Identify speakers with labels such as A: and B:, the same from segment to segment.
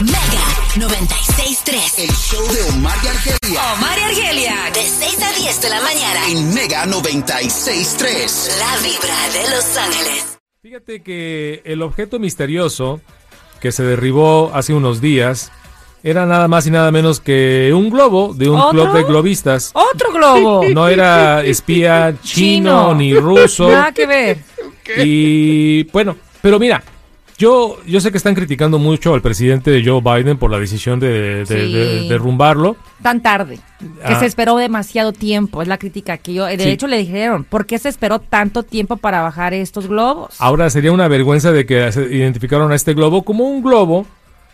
A: Mega 96.3.
B: El show de Omar y Argelia
A: Omar y Argelia, de 6 a 10 de la mañana.
B: en Mega 96.3.
A: La vibra de Los Ángeles.
C: Fíjate que el objeto misterioso que se derribó hace unos días era nada más y nada menos que un globo de un
D: ¿Otro? Oh.
C: club de globistas.
D: ¡Otro globo!
C: No era espía chino,
D: Chino.
C: ni ruso.
D: Nada que ver.
C: Y bueno, pero mira, yo, yo sé que están criticando mucho al presidente Joe Biden por la decisión de, de-
D: Sí.
C: de- derrumbarlo.
D: Tan tarde. Que
C: Ah.
D: se esperó demasiado tiempo, es la crítica que yo. De
C: Sí.
D: hecho, le dijeron, ¿por qué se esperó tanto tiempo para bajar estos globos?
C: Ahora sería una vergüenza de que se identificaron a este globo como un globo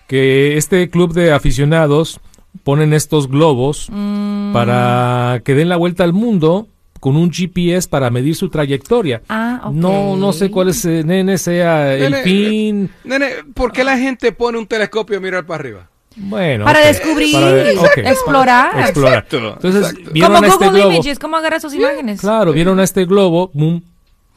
C: que este club de aficionados ponen estos globos
D: Mm.
C: para que den la vuelta al mundo con un GPS para medir su trayectoria.
D: Ah, ok.
C: No, no sé cuál es, eh, nene, sea el
E: Nene,
C: fin.
E: Nene, ¿por qué la gente pone un telescopio a mirar para arriba?
C: Bueno,
D: Para
C: ok.
D: descubrir,
C: de- ok.
D: explorar.
C: explorar.
E: Exacto,
C: Entonces,
E: exacto.
C: vieron
D: Como
C: a este
D: Google
C: globo.
D: Images, ¿cómo agarra sus imágenes?
C: Claro, vieron a este globo, boom,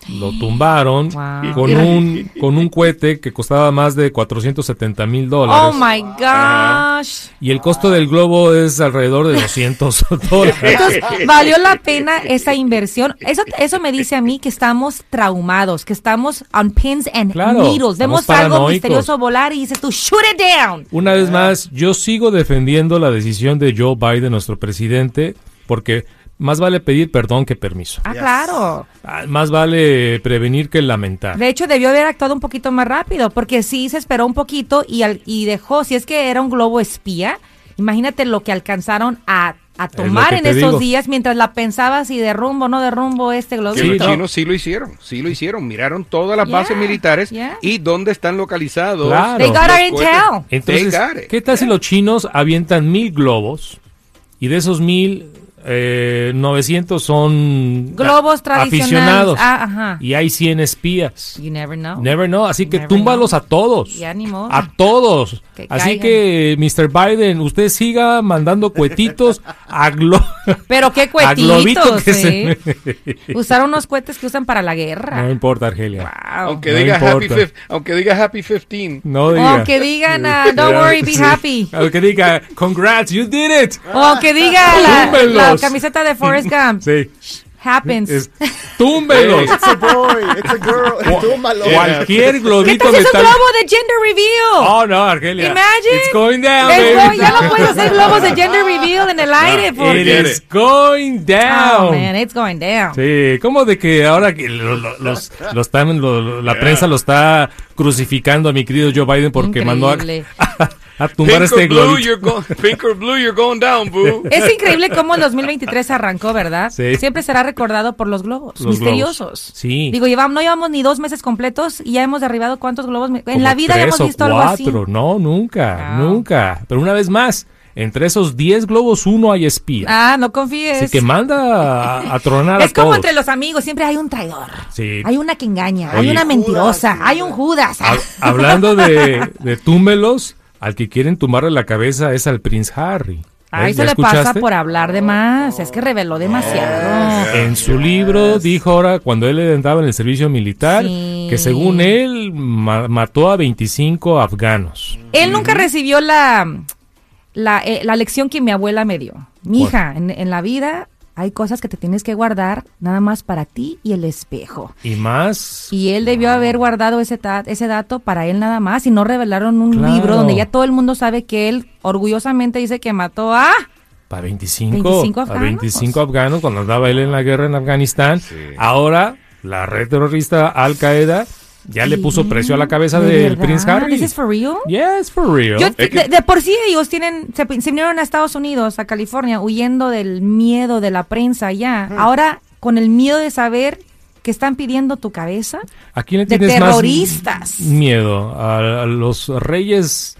C: lo tumbaron
D: Wow.
C: con, un, con un cohete que costaba más de 470 mil
D: Oh
C: dólares.
D: my gosh.
C: y el costo del globo es alrededor de 200 dólares.
D: Entonces, ¿valió la pena esa inversión? Eso, eso me dice a mí que estamos traumados, que estamos on pins and
C: Claro,
D: needles. Vemos
C: estamos
D: algo
C: paranoicos.
D: misterioso volar y dices tú, shoot it down.
C: Una vez más, yo sigo defendiendo la decisión de Joe Biden, nuestro presidente, porque más vale pedir perdón que permiso.
D: Ah, claro.
C: Ah, Más vale prevenir que lamentar.
D: De hecho, debió haber actuado un poquito más rápido, porque sí se esperó un poquito y, al- y dejó, si es que era un globo espía, imagínate lo que alcanzaron a, a
C: lo
D: tomar
C: que
D: en
C: te
D: esos
C: digo.
D: días mientras la pensabas si derrumbo o no derrumbo este globo.
E: Que
C: Sí,
E: los
C: no.
E: chinos sí lo hicieron, sí lo hicieron. Miraron todas las
D: Yeah,
E: bases militares
D: yeah.
E: y dónde están localizados.
C: Claro.
D: They got
E: los
D: our
E: cohetes.
D: intel.
C: Entonces,
E: They got it.
C: ¿qué tal si los chinos avientan mil globos y de esos mil, eh, 900 son
D: Globos
C: a-
D: tradicionales.
C: aficionados
D: Ah, ajá.
C: y hay 100 espías?
D: You never know.
C: Never know, así que
D: Never
C: túmbalos
D: know.
C: a todos.
D: Ya ni modo.
C: A todos.
D: Que
C: así
D: caigan.
C: que, Mr. Biden, usted siga mandando cuetitos a, glo
D: Pero qué
C: a globito
D: cuetitos,
C: que
D: ¿eh?
C: se-
D: Usaron unos cohetes que usan para la guerra.
C: No importa, Argelia.
D: Wow.
E: Aunque,
C: No
E: diga happy
C: importa.
E: fif- aunque diga Happy 15.
C: No diga.
D: Aunque Oh, digan, ah, don't worry, be
C: Sí.
D: happy.
C: Aunque diga, congrats, you did it.
D: O que diga la, la
C: Túmbenlos.
D: camiseta de Forrest Gump.
C: Sí.
D: Happens.
C: Es- túmbelos.
F: It's a boy, it's a girl, túmbalo.
C: Cualquier
D: ¿Qué
C: globito
D: tal si es un
C: metálico.
D: globo de gender reveal?
C: Oh no, Argelia.
D: Imagine.
C: It's going down. baby.
D: Es globo- ya no puedes hacer globos de gender reveal en el aire.
C: It
D: Porque...
C: is going
D: Oh,
C: down.
D: man, it's going down.
C: Sí, como de que ahora que lo- lo- los, lo están- lo- lo- la prensa lo está crucificando a mi querido Joe Biden porque mandó a,
D: Increíble.
C: a, a tumbar
E: Pink
C: este
E: or, blue,
C: globito.
E: you're go- pink or blue, you're going down, boo.
D: Es increíble cómo el 2023 arrancó, ¿verdad?
C: Sí.
D: Siempre será recordado por los globos
C: Los
D: misteriosos.
C: globos. Sí.
D: Digo, llevamos, no llevamos ni dos meses completos y ya hemos derribado cuántos globos. mi-
C: Como
D: En la vida
C: tres
D: habíamos
C: o
D: visto algo así. Ah.
C: cuatro. No, nunca,
D: Wow.
C: nunca. Pero una vez más, entre esos 10 globos, uno hay espía.
D: Ah, no confíes.
C: Así que manda a, a tronar
D: es
C: a
D: como
C: todos.
D: entre los amigos, siempre hay un traidor.
C: Sí.
D: Hay una que engaña,
C: Oye.
D: hay una mentirosa, hay un Judas.
C: Ha- Hablando de, de túmelos, al que quieren tumbarle la cabeza es al Prince Harry.
D: Ay,
C: ¿Eh?
D: eso
C: ¿Ya
D: le pasa
C: escuchaste?
D: por hablar de más. Es que reveló demasiado.
C: En su libro dijo ahora, cuando él andaba en el servicio militar,
D: Sí.
C: que según él ma- mató a 25 afganos.
D: Él nunca recibió la, la, eh, la lección que mi abuela me dio. Mi
C: ¿Cuál?
D: hija, en, en la vida, hay cosas que te tienes que guardar nada más para ti y el espejo.
C: Y más.
D: Y él debió haber guardado ese, ta- ese dato para él nada más y no revelaron un
C: Claro.
D: libro donde ya todo el mundo sabe que él orgullosamente dice que mató a...
C: Para 25,
D: 25
C: a
D: afganos.
C: 25 afganos cuando andaba él en la guerra en Afganistán. Ahora la red terrorista Al Qaeda ya le puso precio a la cabeza
D: ¿De
C: del
D: verdad?
C: Prince Harry.
D: This is for real?
C: Yes, for real.
D: Yo-
G: es que-
D: de, de por sí ellos tienen, se, se vinieron a Estados Unidos, a California, huyendo del miedo de la prensa allá. Ahora, con el miedo de saber que están pidiendo tu cabeza.
C: ¿A quién le
D: de
C: tienes más
D: terroristas.
C: miedo? ¿A, a los reyes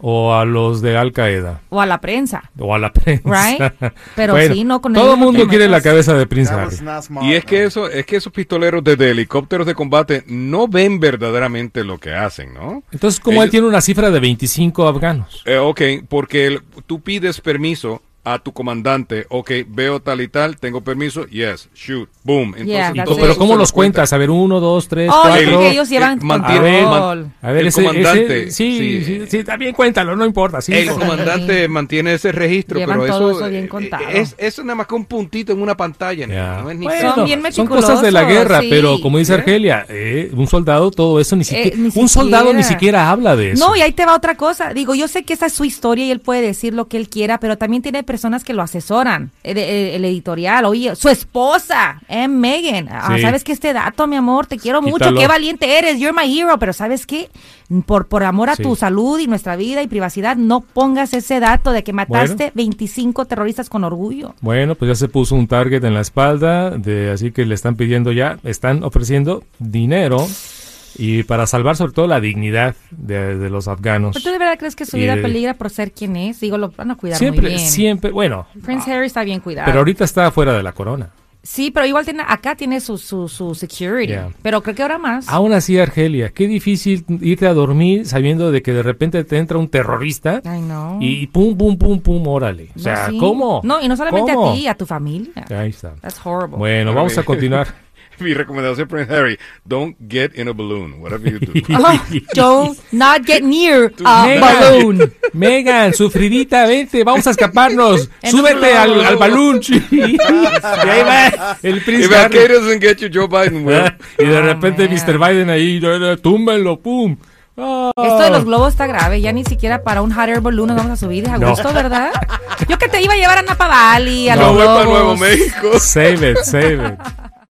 C: o a los de Al Qaeda?
D: O a la prensa.
C: O a la prensa.
D: Right? Pero sí, no, con el
C: Todo el
D: mismo
C: mundo
D: tema.
C: quiere la cabeza de Prince Harry.
E: Y es que eso, es que esos pistoleros desde helicópteros de combate no ven verdaderamente lo que hacen, ¿no?
C: Entonces, como él
E: Ellos-
C: tiene una cifra de 25 afganos?
E: Eh, ok, porque el- tú pides permiso a tu comandante. Ok, veo tal y tal, tengo permiso. Yes, shoot, boom. Entonces,
D: Yeah,
E: todo
D: that's it.
E: eso
C: Pero
E: se
C: ¿cómo
E: lo
C: los cuentas? A ver, uno, dos, tres,
D: Oh, yo
C: cuatro.
D: creo que ellos
E: eh,
D: llevan
C: A
E: mantiene-
C: ver,
D: control.
C: a ver,
E: El
C: ese,
E: comandante,
C: ese- sí,
E: sí.
C: sí, sí, también cuéntalo, no importa. Sí,
E: El
C: hijo.
E: comandante mantiene ese registro,
D: Llevan
E: pero
D: todo
E: eso,
D: eso bien
E: eh,
D: contado.
E: Es, eso nada más que un puntito en una pantalla. ¿no?
C: Ya.
E: No es ni-
C: Bueno,
D: Son bien
C: son cosas de la
D: meticulosos,
C: guerra,
D: sí. Eh,
C: pero como dice Argelia, eh, un soldado todo eso ni siquiera,
D: ni
C: un soldado ni
D: siquiera.
C: siquiera habla de eso.
D: No, y ahí te va otra cosa. Digo, yo sé que esa es su historia y él puede decir lo que él quiera, pero también tiene personas que lo asesoran. El, el- el editorial, oye, su esposa, eh, Megan. Ah,
C: Sí.
D: Sabes que este dato, mi amor, te quiero mucho,
C: Quítalo.
D: qué valiente eres, you're my hero, pero ¿sabes qué? Por, por amor a
C: Sí.
D: tu salud y nuestra vida y privacidad, no pongas ese dato de que mataste
C: Bueno.
D: 25 terroristas con orgullo.
C: Bueno, pues ya se puso un target en la espalda, de, así que le están pidiendo ya, están ofreciendo dinero y para salvar sobre todo la dignidad de, de los afganos.
D: ¿Pero tú de verdad crees que su
C: Y
D: vida
C: de-
D: peligra por ser quien es? Digo, lo van a cuidar muy
C: Siempre,
D: bien.
C: siempre, bueno,
D: Prince Harry está bien cuidado.
C: pero ahorita está fuera de la corona.
D: Sí, pero igual tiene, acá tiene su, su, su security.
C: Yeah. Ah,
D: Pero creo que ahora más.
C: Aún así, Argelia, qué difícil irte a dormir sabiendo de que de repente te entra un terrorista
D: Ay, no.
C: y, y pum, pum, pum, pum, órale. O
D: No,
C: sea,
D: sí.
C: ¿cómo?
D: No, y no solamente
C: ¿Cómo?
D: a ti, a tu familia.
C: Ahí está.
D: That's horrible.
C: Bueno, vamos a continuar.
E: Mi recomendación Prince Harry, don't get in a balloon, whatever you do.
D: Oh, don't not get near uh, a
C: Megan,
D: balloon.
C: Megan, sufridita, vente, vamos a escaparnos.
D: En un
C: Súbete al,
D: globo.
C: al balón. chi. y ahí va el
E: If
C: príncipe.
E: Al-Qaeda
C: Harry.
E: doesn't get you, Joe Biden will.
C: Y de repente
D: Ah, man.
C: Mr. Biden ahí, no, no, túmbenlo, pum. Ah.
D: Esto de los globos está grave. Ya ni siquiera para un hot air balloon nos vamos a subir. Es a
C: No.
D: gusto, ¿verdad? Yo que te iba a llevar a Napa Valley, a
C: No,
D: los
E: voy para
D: globos.
E: Nuevo México.
C: Ah. Save it, save it.